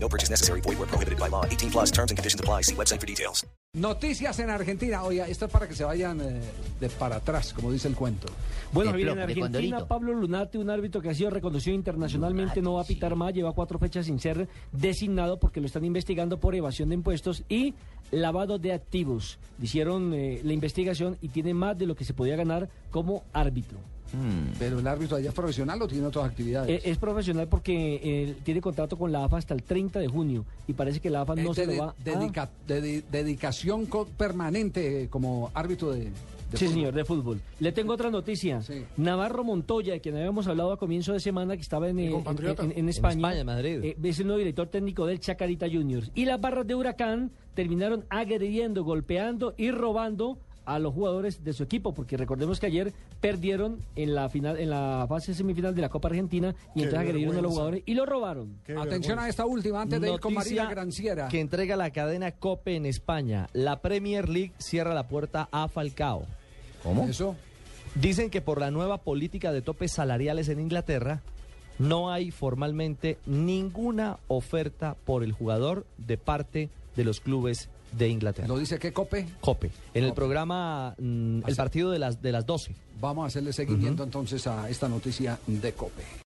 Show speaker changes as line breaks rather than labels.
No purchase necessary. Void where prohibited by law. 18 plus terms and conditions apply. See website for details.
Noticias en Argentina. Oye, esto es para que se vayan eh, de para atrás, como dice el cuento.
Bueno,
De
mira, en
plop, de
Argentina,
condorito.
Pablo Lunate, un árbitro que ha sido reconocido internacionalmente, no va a pitar más, lleva cuatro fechas sin ser designado porque lo están investigando por evasión de impuestos y lavado de activos. Hicieron eh, la investigación y tiene más de lo que se podía ganar como árbitro.
Pero el árbitro allá es profesional o tiene otras actividades.
Eh, es profesional porque eh, tiene contrato con la AFA hasta el 30 de junio y parece que la AFA no
Eh,
se
dedi-
lo va Ah. a...
dedica- dedi- dedicación co- permanente eh, como árbitro de, de
Sí,
fútbol.
señor, de fútbol. Le tengo otra noticia.
Sí.
Navarro Montoya, de quien habíamos hablado a comienzo de semana, que estaba en, eh, en,
compatriota.
en- en España.
En España, en Madrid.
eh, es el nuevo director técnico del Chacarita Juniors. Y las barras de Huracán terminaron agrediendo, golpeando y robando a los jugadores de su equipo, porque recordemos que ayer perdieron en la final, en la fase semifinal de la Copa Argentina, y entonces agredieron a los jugadores y los robaron.
Atención a esta última antes de ir con
Noticia
María Granciera.
Que entrega la cadena COPE en España. La Premier League cierra la puerta a Falcao. ¿Cómo?
Eso.
Dicen que por la nueva política de topes salariales en Inglaterra, no hay formalmente ninguna oferta por el jugador de parte de los clubes de Inglaterra.
Lo dice que Cope.
COPE. En el
Cope.
programa, mm, el
Así-
partido de las, de las 12.
Vamos a hacerle seguimiento entonces a esta noticia de Cope.